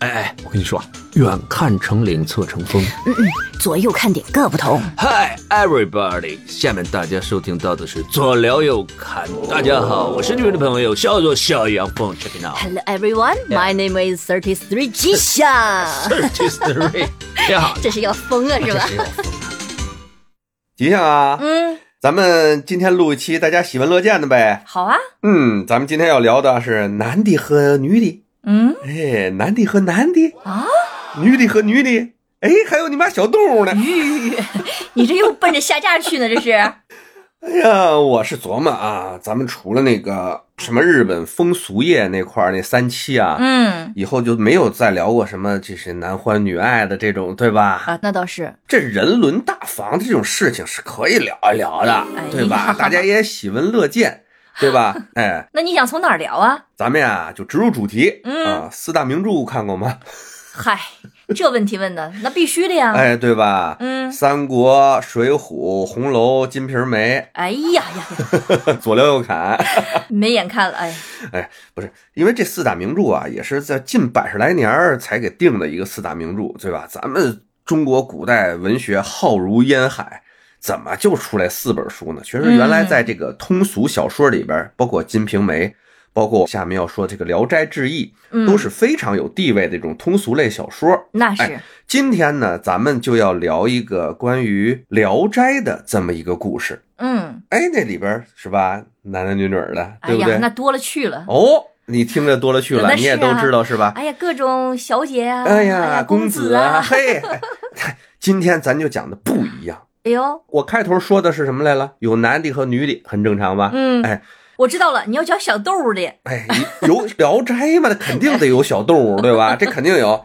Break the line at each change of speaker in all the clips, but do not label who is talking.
哎哎，我跟你说啊，远看成岭，侧成峰。
左右看点各不同。
Hi everybody，下面大家收听到的是左聊右侃。大家好，我是你们的朋友，叫做小杨凤，check it out。
Hello everyone, my name is Thirty Three G 夏。
Thirty three，大家好，
这是要疯了是 吧？
吉祥啊，
嗯，
咱们今天录一期大家喜闻乐见的呗。
好啊，
嗯，咱们今天要聊的是男的和女的，
嗯
哎，男的和男的，
啊，
女的和女的，哎，还有你妈小动物呢。
吁，你这又奔着下架去呢， 这是？
哎呀，我是琢磨啊，咱们除了那个什么日本风俗业那块儿那三期啊，
嗯
以后就没有再聊过什么这是男欢女爱的这种，对吧？
啊，那倒是，
这人伦大防的这种事情是可以聊一聊的
哎呀，
对吧？大家也喜闻乐见，对吧？哎。
那你想从哪儿聊啊？
咱们呀就直入主题，
嗯
啊，四大名著看过吗？
嗨，这问题问的那必须的呀。
哎，对吧？
啊嗯
三国、水浒、红楼、金瓶梅，
哎呀呀，
左撩右砍。
呀没眼看了，哎，
哎，不是，因为这四大名著啊，也是在近百十来年儿才给定的一个四大名著，对吧？咱们中国古代文学浩如烟海，怎么就出来四本书呢？其实原来
嗯
在这个通俗小说里边，包括《金瓶梅》，包括下面要说这个《聊斋志异》，
嗯，
都是非常有地位的这种通俗类小说。
那是
哎，今天呢，咱们就要聊一个关于《聊斋》的这么一个故事。
嗯，
哎，那里边儿是吧，男男女女儿的，
哎
对不
呀
对？，
那多了去了。
哦，你听着多了去了，
那是啊
你也都知道是吧？
哎呀，各种小姐啊，
哎
呀，
呀，
公
子
啊，
嘿，哎今天咱就讲的不一样。
哎呦，
我开头说的是什么来了？有男的和女的，很正常吧？
嗯，
哎
我知道了，你要讲小豆儿的，
哎，有《聊斋》嘛，那肯定得有小动物，对吧？这肯定有。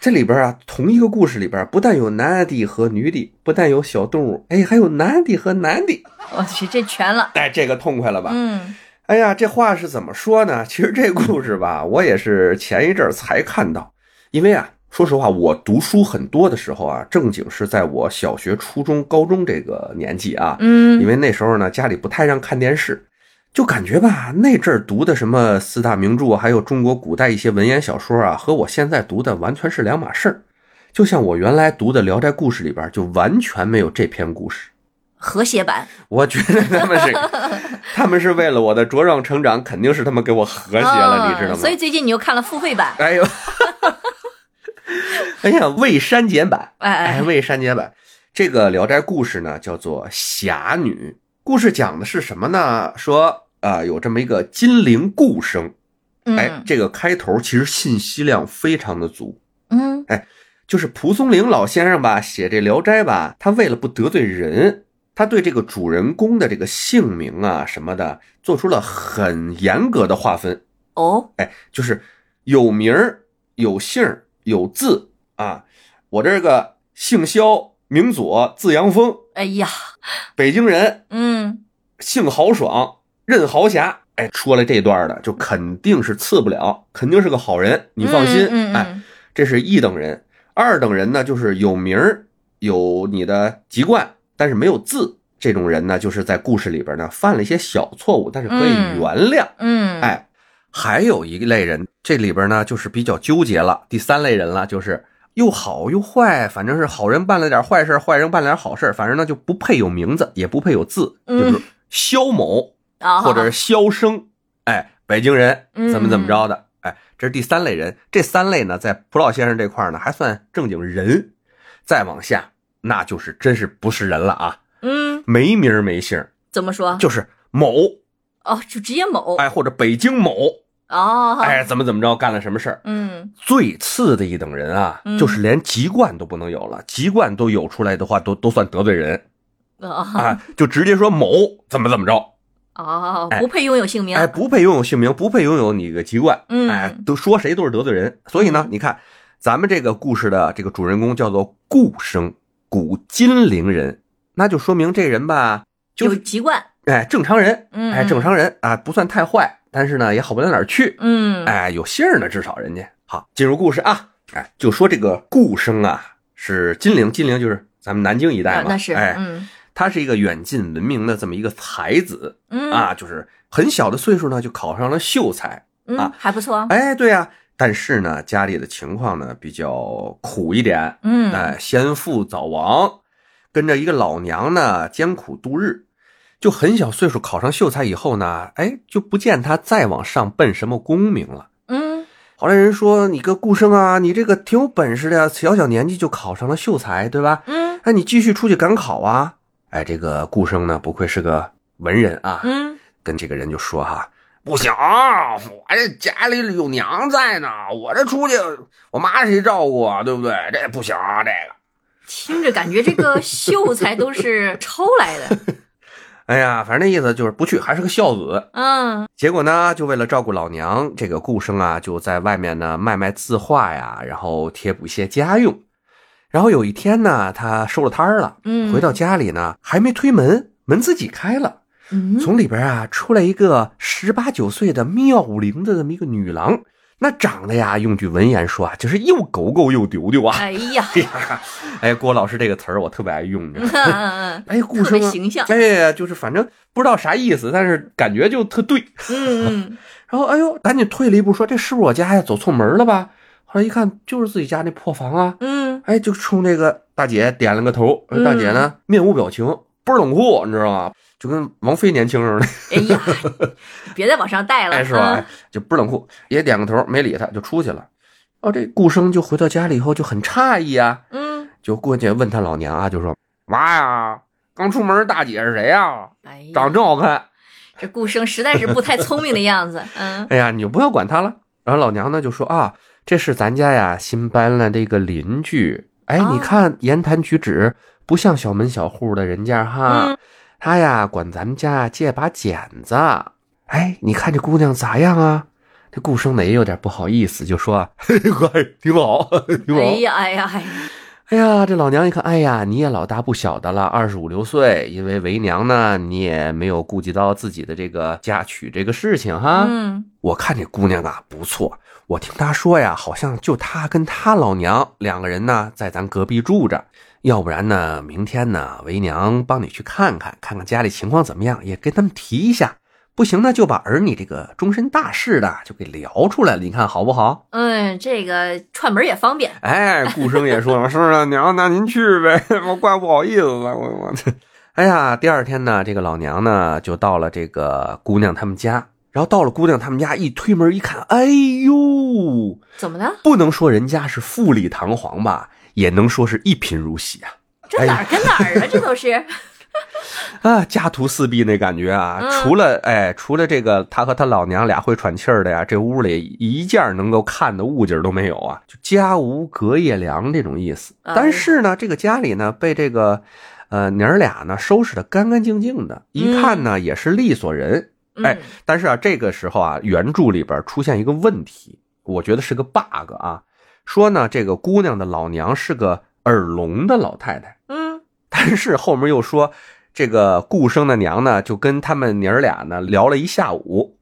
这里边啊，同一个故事里边，不但有男的和女的，不但有小动物，哎，还有男的和男的。
我去，这全了，
哎，这个痛快了吧？
嗯
哎呀，这话是怎么说呢？其实这故事吧，我也是前一阵儿才看到，因为啊，说实话，我读书很多的时候啊，正经是在我小学、初中、高中这个年纪啊，因
嗯，
为那时候呢，家里不太让看电视，就感觉吧，那阵儿读的什么四大名著，啊还有中国古代一些文言小说啊，和我现在读的完全是两码事儿。就像我原来读的《聊斋故事》里边儿，就完全没有这篇故事。
和谐版，
我觉得 他们是，他们是为了我的茁壮成长，肯定是他们给我和谐了，
嗯
你知道吗？
所以最近你又看了付费版，
哎呦， 哎呀，未删减版，
哎
哎，
哎，
未删减版。这个《聊斋》故事呢，叫做《侠女》。故事讲的是什么呢？说啊、呃有这么一个金陵顾生，哎
嗯，
这个开头其实信息量非常的足。
嗯
就是蒲松龄老先生吧，写这《聊斋》吧，他为了不得罪人，他对这个主人公的这个姓名啊什么的，做出了很严格的划分。
哦，
哎，就是有名儿、有姓儿、有字啊。我这个姓萧，名左，字阳峰，
哎呀，
北京人，
嗯
姓豪爽，任豪侠。哎，说了这段的，就肯定是次不了，肯定是个好人，你放心。
嗯嗯嗯
哎，这是一等人，二等人呢就是有名儿，有你的籍贯，但是没有字。这种人呢，就是在故事里边呢犯了一些小错误，但是可以
嗯
原谅。
嗯，
哎，还有一类人，这里边呢就是比较纠结了。第三类人了，就是又好又坏，反正是好人办了点坏事，坏人办了点好事，反正呢就不配有名字，也不配有字，就
嗯
比如肖某
啊，
或者是肖生，哎，北京人
嗯
怎么怎么着的，哎，这是第三类人。这三类呢，在蒲老先生这块儿呢还算正经人，再往下那就是真是不是人了啊，
嗯，
没名儿没姓儿，
怎么说？
就是某
哦，就直接某，
哎或者北京某。
哦，
哎，怎么怎么着干了什么事儿？
嗯，
最次的一等人啊
嗯，
就是连籍贯都不能有了，籍贯都有出来的话，都都算得罪人
啊
啊，就直接说某怎么怎么着，
哦，不配拥有姓名，
哎，不配拥有姓名，不配拥有你的籍贯，
嗯
哎，都说谁都是得罪人。所以呢，你看咱们这个故事的这个主人公叫做顾生，古金陵人，那就说明这人吧，就
有
是
籍贯，
哎正常人，
嗯
哎正常人啊，不算太坏，但是呢也好不到哪儿去，
嗯，
哎，有姓儿呢，至少人家好。进入故事啊，哎，就说这个顾生啊，是金陵，金陵就是咱们南京一带
啊
嘛，
那是，
哎，
嗯
他是一个远近闻名的这么一个才子啊
嗯
啊，就是很小的岁数呢就考上了秀才，
嗯，
啊
还不错，
哎，对呀、但是呢，家里的情况呢比较苦一点，
嗯，
哎，先父早亡，跟着一个老娘呢艰苦度日，就很小岁数考上秀才以后呢，哎，就不见他再往上奔什么功名了。
嗯，
后来人说你个顾生啊，你这个挺有本事的呀，小小年纪就考上了秀才，对吧？
嗯，
哎，你继续出去赶考啊！哎，这个顾生呢，不愧是个文人啊，
嗯，
跟这个人就说哈，不行，我这家里有娘在呢，我这出去，我妈谁照顾啊？对不对？这不行，啊这个。
听着感觉这 个秀才都是抽来的，
哎呀，反正那意思就是不去，还是个孝子。
嗯
结果呢，就为了照顾老娘，这个顾生啊就在外面呢卖卖字画呀，然后贴补一些家用。然后有一天呢，他收了摊儿了，
嗯，
回到家里呢还没推门，门自己开了。
嗯
从里边啊出来一个十八九岁的妙龄的这么一个女郎，那长得呀，用句文言说啊，就是又狗狗又丢丢啊。
哎呀，
哎，郭老师这个词儿我特别爱用，你知道
嗯
吗？
嗯
哎，顾生
特别
啊
形象
哎呀，就是反正不知道啥意思，但是感觉就特对。
嗯
然后哎呦，赶紧退了一步，说这是不是我家呀？走错门了吧？后来一看，就是自己家那破房啊。
嗯
哎，就冲这个大姐点了个头，
嗯
大姐呢面无表情，倍儿冷酷，你知道吗？就跟王菲年轻似的。
哎呀，你别再往上带了，
哎，是吧？哎就不冷酷，也点个头，没理他，就出去了。哦，这顾生就回到家里以后就很诧异啊，
嗯，嗯，
就过去问他老娘啊，就说：“妈呀，刚出门大姐是谁呀？
哎呀，
长得真好看。
这顾生实在是不太聪明的样子，嗯
哎呀，你就不要管她了。”然后老娘呢就说：“啊，这是咱家呀新搬来的一个邻居。哎，
啊
你看言谈举止不像小门小户的人家哈。
嗯
他呀管咱们家借把剪子。哎，你看这姑娘咋样啊？这顾生呢也有点不好意思，就说：“ 嘿，挺好， 挺好。
哎呀哎呀哎呀，
哎呀，这老娘一看，哎呀，你也老大不小的了，二十五六岁，因为为娘呢，你也没有顾及到自己的这个嫁娶这个事情哈。
嗯
我看这姑娘啊不错，我听她说呀，好像就她跟她老娘两个人呢在咱隔壁住着，要不然呢，明天呢，为娘帮你去看看，看看家里情况怎么样，也跟他们提一下。不行呢，就把儿女这个终身大事的就给聊出来了，你看好不好？
嗯，这个串门也方便，
哎，顾生也说了， 是啊，娘，那您去呗，我怪不好意思了，我我这。哎呀，第二天呢，这个老娘呢就到了这个姑娘他们家，然后到了姑娘他们家，一推门一看，哎呦，
怎么了？
不能说人家是富丽堂皇吧，也能说是一贫如洗啊。
这哪儿跟哪儿啊？这都是，
啊，家徒四壁那感觉啊，
嗯
除了哎，除了这个他和他老娘俩会喘气儿的呀，这屋里一件能够看的物件都没有啊，就家无隔夜粮这种意思。
哎
但是呢，这个家里呢被这个呃娘儿俩呢收拾的干干净净的，一看呢、也是利索人。哎
嗯
但是啊，这个时候啊，原著里边出现一个问题，我觉得是个 bug 啊，说呢这个姑娘的老娘是个耳聋的老太太。
嗯
但是后面又说，这个顾生的娘呢，就跟他们娘儿俩呢聊了一下午。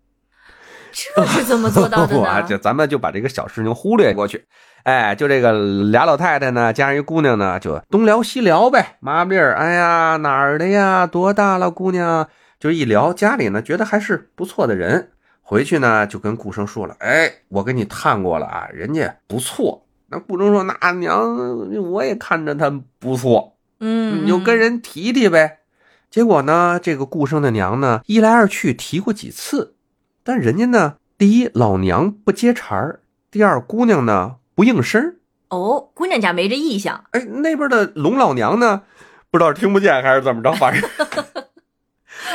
这是怎么做到的
哇
呢？
这咱们就把这个小事情忽略过去。哎，就这个俩老太太呢，加上一姑娘呢，就东聊西聊呗，妈咪儿，哎呀，哪儿的呀？多大了，姑娘？就一聊家里呢，觉得还是不错的人。回去呢，就跟顾生说了，哎，我跟你探过了啊，人家不错。那顾生说，那娘，我也看着他不错。
嗯，
你就跟人提提呗。结果呢，这个顾生的娘呢，一来二去提过几次，但人家呢，第一老娘不接茬儿，第二姑娘呢不应声儿。
哦，姑娘家没这意向，
哎，那边的龙老娘呢，不知道是听不见还是怎么着，反正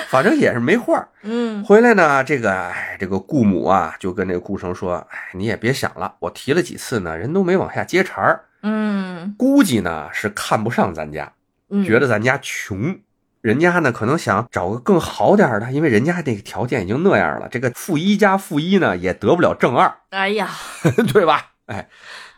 反正也是没话儿。
嗯
回来呢，这个哎，这个顾母啊，就跟这个顾生说，哎，你也别想了，我提了几次呢，人都没往下接茬儿，
嗯
估计呢是看不上咱家。
嗯，
觉得咱家穷，人家呢可能想找个更好点儿的，因为人家这个条件已经那样了，这个负一加负一呢也得不了正二，
哎呀，
对吧？哎，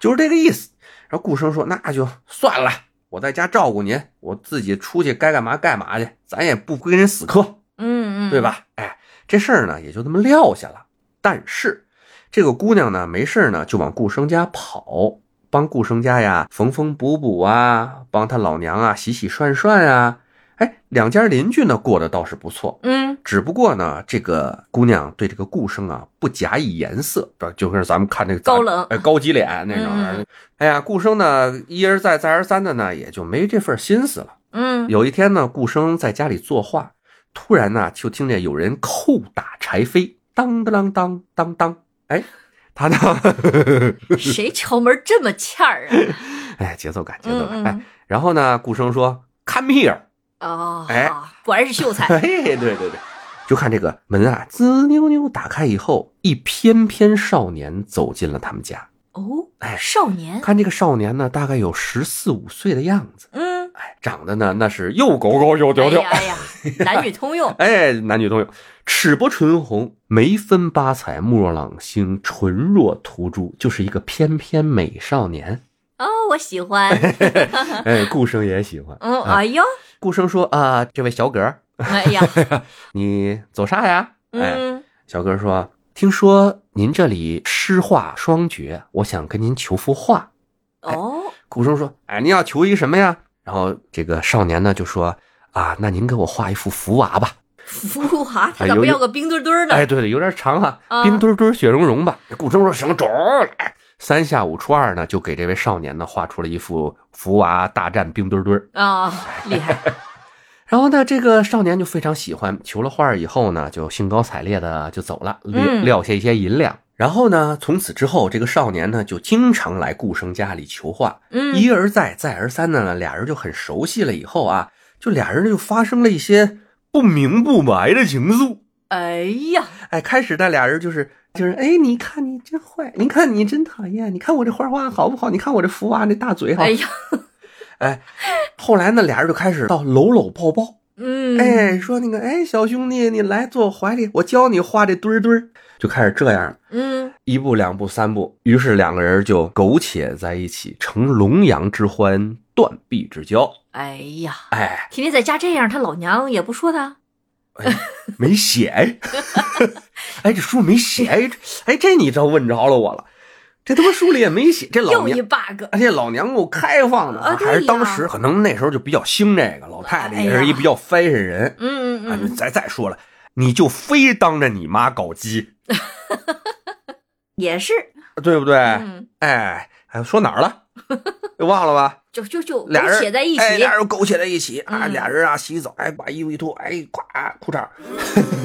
就是这个意思。然后顾生说：“那就算了，我在家照顾您，我自己出去该干嘛干嘛去，咱也不跟人死磕，
嗯嗯，
对？吧？”哎，这事儿呢也就这么撂下了。但是这个姑娘呢没事儿呢就往顾生家跑。帮顾生家呀缝缝补补啊，帮他老娘啊洗洗涮涮啊。哎，两家邻居呢过得倒是不错，
嗯
只不过呢，这个姑娘对这个顾生啊不假以颜色，呃就跟咱们看这个杂
高冷
哎，高级脸那种。
嗯
哎呀，顾生呢一而再再而三的呢，也就没这份心思了。
嗯，
有一天呢，顾生在家里作画，突然呢就听见有人叩打柴扉，当当当当当当，哎，他呢，
谁敲门这么欠儿啊？
哎，节奏感，节奏感，
嗯
哎，
嗯，
然后呢，顾生说，Come here。
哦，
哎
果然是秀才，
嘿，对对对，就看这个门啊，滋溜溜打开以后，一翩翩少年走进了他们家。
哦
哎，
少年，
看这个少年呢，大概有十四五岁的样子，
嗯，
哎，长得呢那是又狗狗又
哎
丢丢
呀，哎呀， 男女通用，
哎，男女通用，齿薄唇红，眉分八彩，目若朗星，唇若涂珠，就是一个翩翩美少年。
哦，我喜欢，
哎，顾生也喜欢。
嗯，
啊
哎呦，
顾生说啊、这位小葛儿，
哎呀，
你走啥呀？哎，
嗯，
小哥说：“听说您这里诗画双绝，我想跟您求幅画。
哦，”
古生说：“哎，您要求一什么呀？”然后这个少年呢就说：“啊，那您给我画一幅福娃吧。
福华，啊他
哎
怎
有
么要个冰墩墩儿”呢？
哎，对了，有点长哈、
啊
冰墩墩、雪融融吧。古生说：“行，中了。”三下五除二呢，就给这位少年呢画出了一幅福娃大战冰墩墩。
啊，厉
哎
害，
然后呢，这个少年就非常喜欢，求了画儿以后呢，就兴高采烈的就走了，撂
嗯
撂下一些银两。然后呢，从此之后，这个少年呢就经常来顾生家里求画，
嗯
一而再，再而三的呢，俩人就很熟悉了。以后啊，就俩人就发生了一些不明不白的情愫。
哎呀，
哎，开始那俩人就是就是，哎，你看你真坏，你看你真讨厌，你看我这花花好不好？你看我这福娃那大嘴好
哎。呀，
哎，后来呢，俩人就开始到搂搂抱抱。
嗯，
哎，说那个，哎，小兄弟，你来坐我怀里，我教你画这墩儿墩儿，就开始这样，
嗯，
一步两步三步，于是两个人就苟且在一起，成龙阳之欢，断臂之交。
哎呀，
哎，
天天在家这样，他老娘也不说他，
没写哎， 哎，这书没写哎，这哎，这你倒问着了我了，这他妈书里也没写，这老
又一
娘。
bug，
而且老娘够开放的
啊对呀
还是当时可能那时候就比较兴这个，老太太也
哎呀
是一比较 fashion 人，
嗯
啊，
嗯嗯，
再再说了，你就非当着你妈搞基，
也是，
对不对？
嗯，
哎，哎，说哪儿了？忘了吧？
就就就
俩人
苟且在一起，
哎，俩人苟且在一起啊，
嗯
俩人啊洗澡，哎，把衣服一脱，哎，咵裤衩，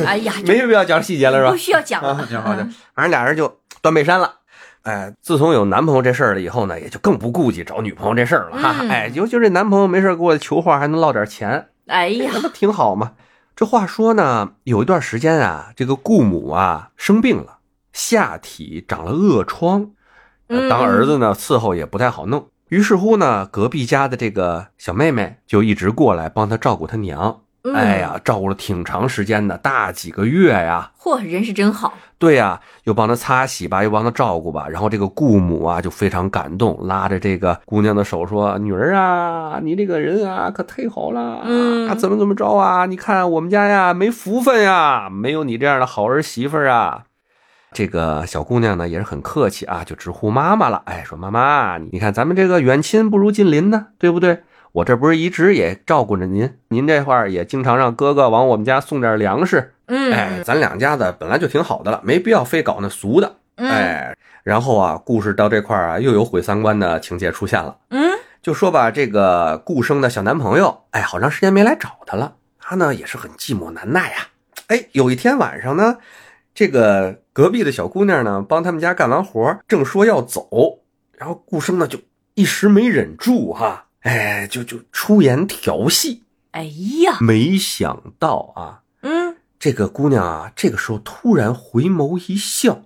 哎呀，
没必要讲细节了
不
是
需要讲
吧？啊，
了，
挺好的，反正俩人就断背山了。哎，自从有男朋友这事儿了以后呢，也就更不顾忌找女朋友这事儿了哈。
嗯
哎，尤其这男朋友没事儿给我求画，还能落点钱，
哎呀
那，不挺好吗？这话说呢，有一段时间啊，这个顾母啊生病了，下体长了恶疮，呃
嗯
当儿子呢伺候也不太好弄。于是乎呢，隔壁家的这个小妹妹就一直过来帮她照顾她娘。
嗯
哎，呀，照顾了挺长时间的，大几个月呀。
嚯，人是真好，
对呀，又帮她擦洗吧，又帮她照顾吧。然后这个顾母啊就非常感动，拉着这个姑娘的手说：“女儿啊，你这个人啊可忒好了，
嗯
啊怎么怎么着啊？你看我们家呀没福分呀，没有你这样的好儿媳妇儿啊。”这个小姑娘呢也是很客气啊，就直呼妈妈了。哎，说妈妈，你看咱们这个远亲不如近邻呢，对不对？我这不是一直也照顾着您，您这块儿也经常让哥哥往我们家送点粮食，哎，
嗯
咱两家子本来就挺好的了，没必要非搞那俗的。
嗯
哎，然后啊，故事到这块儿啊，又有毁三观的情节出现了。
嗯，
就说吧，这个顾生的小男朋友，哎，好长时间没来找他了，他呢也是很寂寞难耐啊。哎，有一天晚上呢，这个隔壁的小姑娘呢，帮他们家干完活儿，正说要走，然后顾生呢就一时没忍住哈、哎，就就出言调戏，
哎呀，
没想到啊，
嗯，
这个姑娘啊，这个时候突然回眸一笑，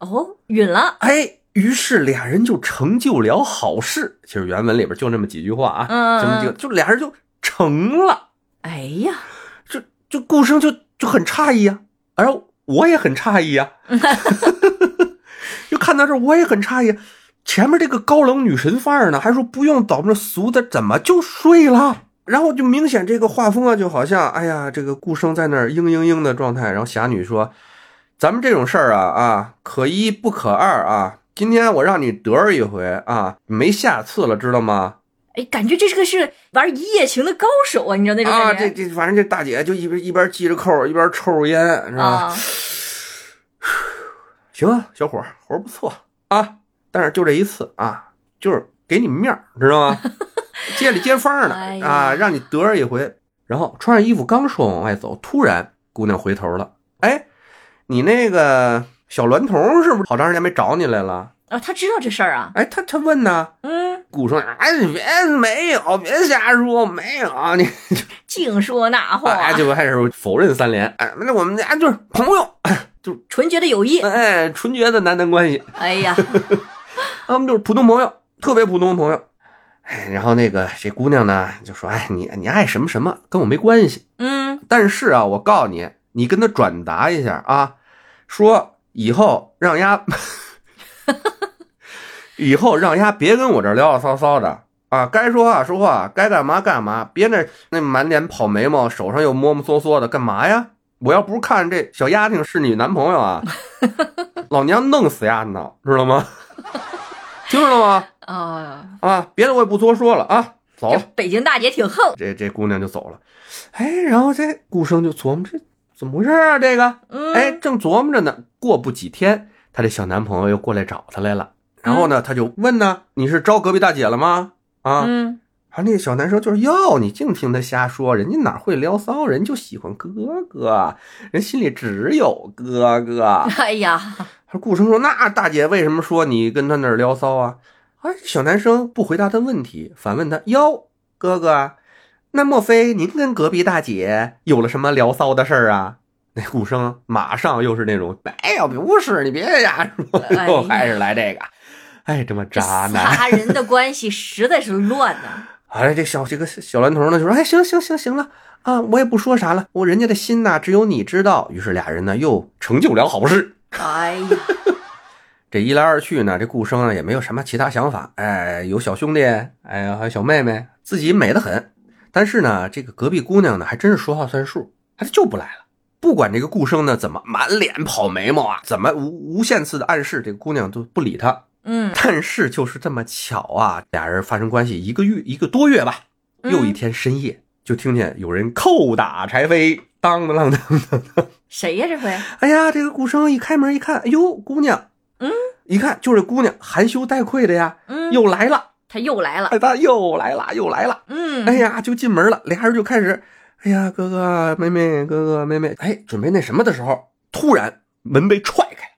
哦，允了，
哎，于是俩人就成就了好事。其实原文里边就那么几句话啊，
嗯嗯
这么几个，就俩人就成了。
哎呀，
就就顾生就就很诧异啊，而我也很诧 异啊，就看到这儿我也很诧异，前面这个高冷女神范儿呢，还说不用咱们这俗的，怎么就睡了？然后就明显这个画风啊，就好像哎呀，这个顾生在那儿嘤嘤嘤的状态，然后侠女说：“咱们这种事儿啊啊，可一不可二啊，今天我让你得儿一回啊，没下次了，知道吗？
哎，感觉这是个是玩一夜情的高手啊，你知道那种
啊，
感觉
这这反正这大姐就一边一边系着扣，一边抽着烟，是吧？
啊
行啊，小伙儿活儿不错啊，但是就这一次啊，就是给你面儿，知道吗？街里街坊
哎
的
呀
啊，让你得着一回。然后穿上衣服刚说往外走，突然姑娘回头了，哎，你那个小娈童是不是好长时间没找你来了？
啊，他知道这事儿啊，
哎，他他问呢，
嗯，
顾生，哎，别没有，别瞎说，没有，你
净说那话，
哎就开始否认三连，哎，那我们家就是朋友，
纯觉得友谊。
哎，纯洁的男男关系。
哎呀，
他们就是普通朋友，特别普通的朋友。哎，然后那个这姑娘呢就说：“哎，你你爱什么什么跟我没关系，
嗯，
但是啊，我告诉你，你跟他转达一下啊，说以后让丫， 以后让丫别跟我这儿聊聊骚骚的啊，该说话说话，该干嘛干嘛，别那那满脸跑眉毛，手上又摸摸索索的，干嘛呀？我要不是看这小丫头是你男朋友啊，老娘弄死丫呢，知道吗？ 听着了吗？”
啊，
啊，别的我也不多说了啊，走
这
了。
北京大姐挺横，
这这姑娘就走了，哎，然后这顾生就琢磨这怎么回事啊？这个，
嗯，
哎，正琢磨着呢，过不几天，她这小男朋友又过来找她来了。然后呢，她就问呢，你是招隔壁大姐了吗？啊，
嗯，
然后那个小男生就是哟，你净听他瞎说，人家哪会聊骚，人就喜欢哥哥，人心里只有哥啊哥。
哎呀，
他顾生说：“那大姐为什么说你跟他那儿聊骚啊？”哎，小男生不回答他问题，反问他：“哟，哥哥，那莫非您跟隔壁大姐有了什么聊骚的事儿啊？”那顾生马上又是那种：“哎呀，不是，你别 瞎说，
哎呀
又开始来这个。”哎，这么
这
渣男！
仨人的关系实在是乱呐。
哎，这小这个小栾头呢就说：“哎，行行行行了啊，我也不说啥了，我人家的心呐、只有你知道。”于是俩人呢又成就了好事。
哎呀，
这一来二去呢，这顾生啊也没有什么其他想法，哎，有小兄弟，哎，还有小妹妹，自己美得很。但是呢，这个隔壁姑娘呢，还真是说话算数，她就不来了。不管这个顾生呢怎么满脸跑眉毛啊，怎么无无限次的暗示，这个姑娘都不理他。
嗯，
但是就是这么巧啊，俩人发生关系一个月一个多月吧，
嗯
又一天深夜，就听见有人叩打柴扉，当当当当当。
谁呀这回？
哎呀，这个顾生一开门一看，哎呦，姑娘，
嗯，
一看就是姑娘，含羞带愧的呀，
嗯，
又来了，
他又来了。
哎，她又来了，又来了，
嗯，
哎呀，就进门了，俩人就开始，哎呀，哥哥妹妹，哥哥妹妹，哎，准备那什么的时候，突然门被踹开，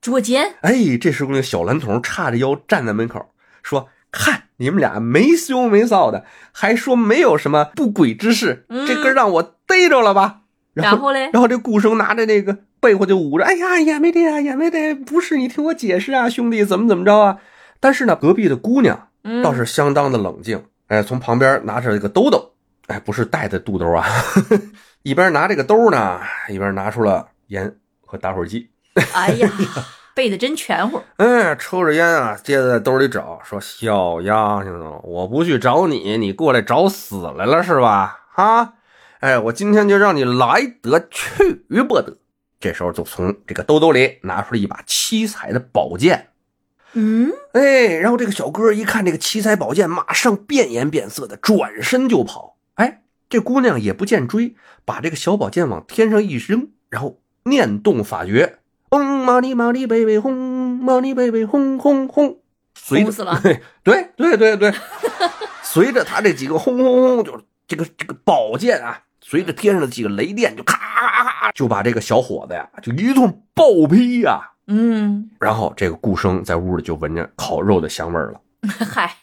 捉奸。
哎，这时候那小蓝童叉着腰站在门口，说。看你们俩没羞没臊的，还说没有什么不轨之事，
嗯
这根儿让我逮着了吧？然
然
后
后嘞，
然后这顾生拿着那个被子就捂着，哎呀，也没得啊，也没得，不是你听我解释啊，兄弟，怎么怎么着啊？但是呢，隔壁的姑娘
嗯，
倒是相当的冷静，哎，从旁边拿着一个兜兜，哎，不是带的肚兜啊， 一边拿这个兜呢，一边拿出了烟和打火机，
哎 呀，背的真全乎。
哎，抽着烟啊，接着在兜里找，说小丫头，我不去找你，你过来找死来了是吧？啊，哎，我今天就让你来得去不得。这时候就从这个兜兜里拿出了一把七彩的宝剑，
嗯，
哎，然后这个小哥一看这个七彩宝剑，马上变颜变色的转身就跑。哎，这姑娘也不见追，把这个小宝剑往天上一扔，然后念动法诀，嗡嘛呢嘛呢贝贝轰，嘛呢贝贝轰轰轰，随
轰
着
死了。
对对对 对，随着他这几个轰轰轰，就是这个这个宝剑啊，随着天上的几个雷电，就咔咔咔，就把这个小伙子呀，就一通暴劈呀、
嗯，
然后这个顾生在屋里就闻着烤肉的香味儿了。
嗨，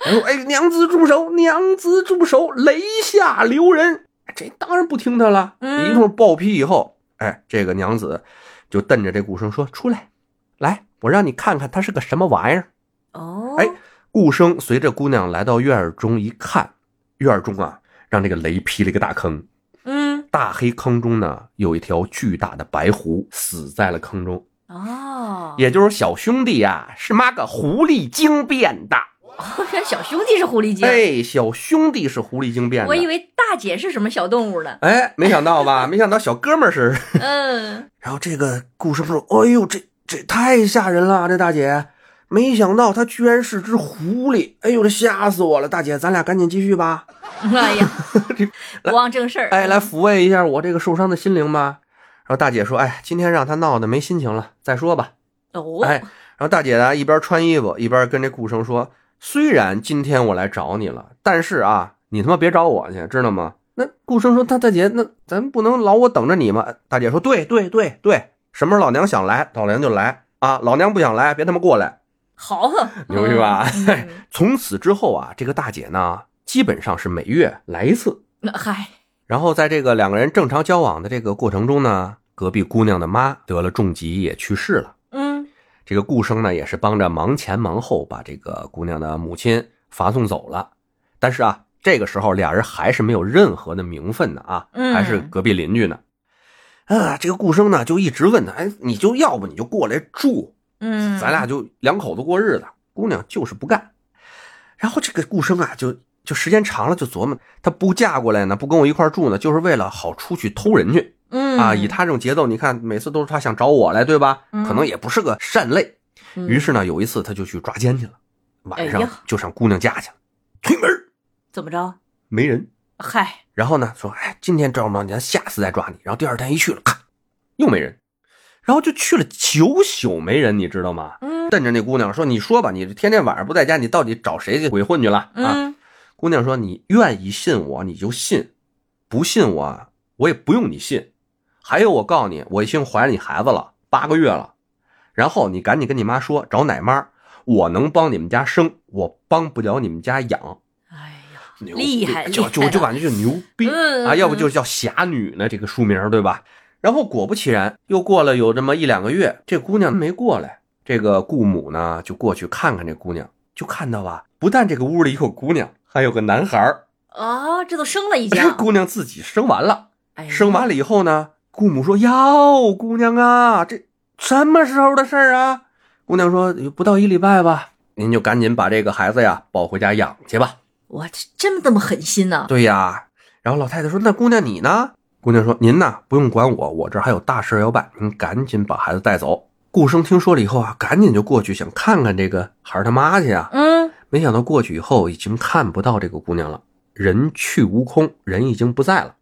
他说：“哎，娘子住手，娘子住手，雷下留人。”哎这当然不听他了，
嗯
一通暴批以后，哎，这个娘子就瞪着这顾生说：“出来，来，我让你看看他是个什么玩意儿。”
哦，
哎，顾生随着姑娘来到院儿中一看，院儿中啊，让这个雷劈了一个大坑。
嗯，
大黑坑中呢，有一条巨大的白狐死在了坑中，
哦，
也就是小兄弟呀、是妈个狐狸精变的。
原来小兄弟是狐狸精，
哎，小兄弟是狐狸精变的。。
我以为大姐是什么小动物呢
哎，没想到吧？没想到小哥们儿是。
嗯，
然后这个顾生说：“哎呦，这这太吓人了，这大姐，没想到它居然是只狐狸！哎呦，这吓死我了！大姐，咱俩赶紧继续吧。
哎呀，不忘正事儿。
哎，来抚慰一下我这个受伤的心灵吧。然后大姐说：“哎，今天让他闹的没心情了，再说吧。”
哦，
哎，然后大姐呢一边穿衣服一边跟这顾生说：“虽然今天我来找你了，但是啊，你他妈别找我去，知道吗？”那顾生说：“大大姐，那咱不能老我等着你吗？”大姐说：“对对对对，什么时候老娘想来，老娘就来啊！老娘不想来，别他妈过来。”
好，
牛逼吧哎
嗯？
从此之后啊，这个大姐呢，基本上是每月来一次。
嗯嗨，
然后在这个两个人正常交往的这个过程中呢，隔壁姑娘的妈得了重疾，也去世了。
嗯，
这个顾生呢，也是帮着忙前忙后把这个姑娘的母亲伐送走了。但是啊，这个时候俩人还是没有任何的名分呢啊，
嗯
还是隔壁邻居呢。啊，这个顾生呢就一直问他，哎，你就要不你就过来住，
嗯，
咱俩就两口子过日子。姑娘就是不干。然后这个顾生啊，就就时间长了就琢磨，她不嫁过来呢，不跟我一块儿住呢，就是为了好出去偷人去
嗯
啊。以她这种节奏，你看每次都是她想找我来，对吧？
嗯
可能也不是个善类。
嗯
于是呢，有一次她就去抓奸去了，晚
哎
上
呀
就上姑娘家去了，推门儿
怎么着？
没人。
嗨，
然后呢，说哎，今天抓不着你，咱下次再抓你。然后第二天一去了，咔，又没人。然后就去了九宿没人，你知道吗？
嗯
瞪着那姑娘说：“你说吧，你天天晚上不在家，你到底找谁去鬼混去了啊？”
嗯，
姑娘说：“你愿意信我，你就信；不信我，我也不用你信。还有，我告诉你，我已经怀了你孩子了，八个月了。然后你赶紧跟你妈说，找奶妈，我能帮你们家生，我帮不了你们家养。
哎呀，
牛
厉害
就
厉害
就就感觉就牛逼
嗯
啊！
嗯
要不就叫侠女呢，这个书名对吧？然后果不其然，又过了有这么一两个月，这姑娘没过来。这个顾母呢，就过去看看这姑娘，就看到啊，不但这个屋里有姑娘，还有个男孩儿。
啊，这都生了已 经
这，姑娘自己生完了，
哎呀
生完了以后呢，姑母说：“哟，姑娘啊，这什么时候的事儿啊？”姑娘说：“不到一礼拜吧，您就赶紧把这个孩子呀抱回家养去吧。
我这这么这么狠心呢？”
对呀，然后老太太说：“那姑娘你呢？”姑娘说：“您呐，不用管我，我这儿还有大事要办，您赶紧把孩子带走。”顾生听说了以后啊，赶紧就过去想看看这个孩儿他妈去啊。
嗯，
没想到过去以后，已经看不到这个姑娘了，人去屋空，人已经不在了。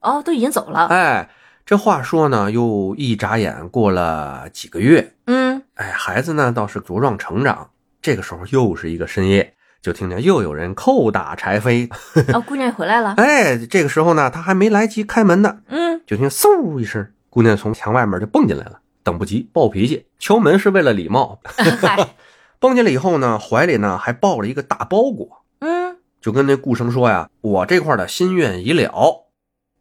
哦，都已经走了，
哎，这话说呢，又一眨眼过了几个月，
嗯，
哎，孩子呢倒是茁壮成长。这个时候又是一个深夜，就听见又有人叩打柴扉。
哦，姑娘也回来了，
哎，这个时候呢，他还没来及开门呢，
嗯，
就听嗖一声，姑娘从墙外面就蹦进来了。等不及，暴脾气，敲门是为了礼貌。
嗨，
蹦进来以后呢，怀里呢还抱了一个大包裹。
嗯，
就跟那顾生说呀：“我这块的心愿已了。”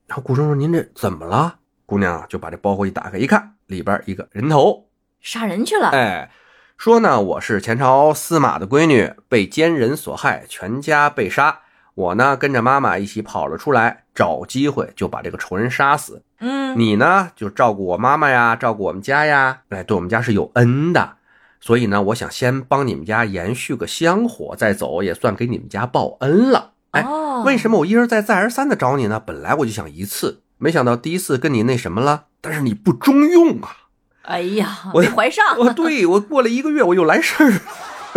然后顾生说：“您这怎么了？”姑娘啊就把这包裹一打开，一看里边一个人头，
杀人去了，
哎，说呢我是前朝司马的闺女，被奸人所害，全家被杀。我呢跟着妈妈一起跑了出来，找机会就把这个仇人杀死。
嗯，
你呢就照顾我妈妈呀，照顾我们家呀，哎，对我们家是有恩的。所以呢，我想先帮你们家延续个香火，再走也算给你们家报恩了。哎，
哦，
为什么我一而再再而三的找你呢？本来我就想一次，没想到第一次跟你那什么了，但是你不中用啊！
哎呀，
我
没怀上，
我对我过了一个月我又来事儿了，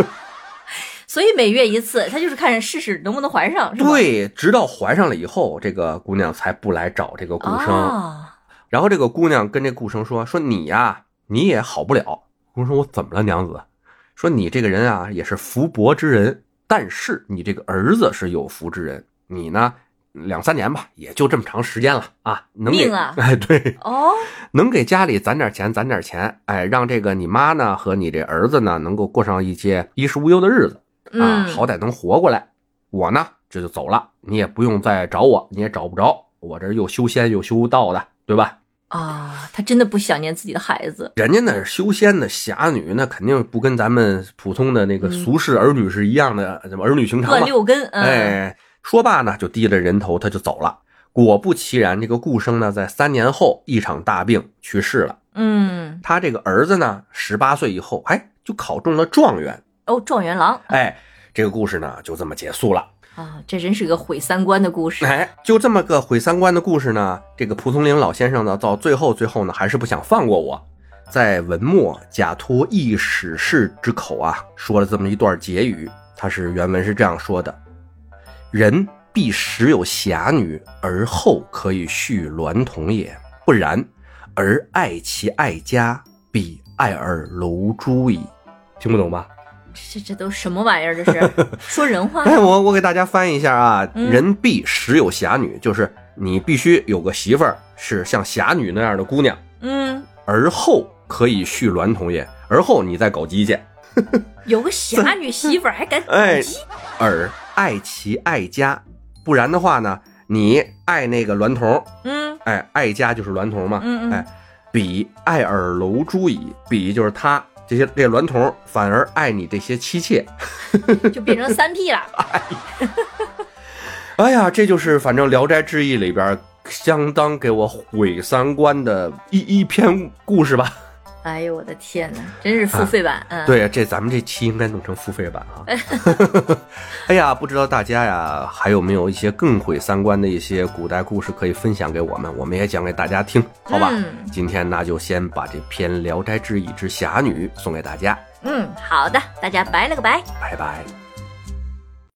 所以每月一次，他就是看试试能不能怀上，是吧？
对，直到怀上了以后，这个姑娘才不来找这个顾生。
啊，
然后这个姑娘跟这顾生说：“说你呀、你也好不了。”顾生说：“我怎么了，娘子？”说你这个人啊，也是福薄之人，但是你这个儿子是有福之人，你呢，两三年吧，也就这么长时间了啊，能给
命啊
哎， 对，
哦，
能给家里攒点钱，攒点钱，哎，让这个你妈呢和你这儿子呢能够过上一些衣食无忧的日子啊，
嗯，
好歹能活过来。我呢这就走了，你也不用再找我，你也找不着，我这又修仙又修道的，对吧？
啊，他真的不想念自己的孩子，
人家那是修仙的侠女，那肯定不跟咱们普通的那个俗世儿女是一样的，什么儿女情
嗯
长
乱
嘛。
六根，嗯，
哎，说罢呢，就低着人头，他就走了。果不其然，这个顾生呢，在三年后一场大病去世了。
嗯，
他这个儿子呢，十八岁以后，哎，就考中了状元。
哦，状元郎
哎，这个故事呢，就这么结束了。
啊，这真是个毁三观的故事，
哎，就这么个毁三观的故事呢，这个蒲松龄老先生呢，到最后最后呢，还是不想放过我。在文末假托一史士之口啊，说了这么一段结语，他是原文是这样说的：“人必时有侠女，而后可以续娈童也；不然，而爱其爱家，必爱而楼诛矣。”听不懂吧？
这这都什么玩意儿？这是 说人话？
哎，我我给大家翻译一下啊，
嗯
人必时有侠女，就是你必须有个媳妇儿是像侠女那样的姑娘，
嗯，
而后可以续娈童也，而后你再搞基去。
有个侠女媳妇儿还 敢
哎
鸡，
尔爱其爱家，不然的话呢，你爱那个娈童，
嗯
哎，爱家就是娈童嘛，
嗯嗯
哎，比爱尔楼诛矣，比就是他这些这娈童反而爱你这些妻妾，
就变成三 P 了。
哎呀，这就是反正《聊斋志异》里边相当给我毁三观的一一篇故事吧。
哎呦我的天哪，真是付费版，嗯，，
对，这咱们这期应该弄成付费版哈。 哎呀，不知道大家呀还有没有一些更毁三观的一些古代故事可以分享给我们，我们也讲给大家听，好吧？
嗯
今天那就先把这篇《聊斋志异之侠女》送给大家，
嗯，好的，大家拜了个拜。
拜拜。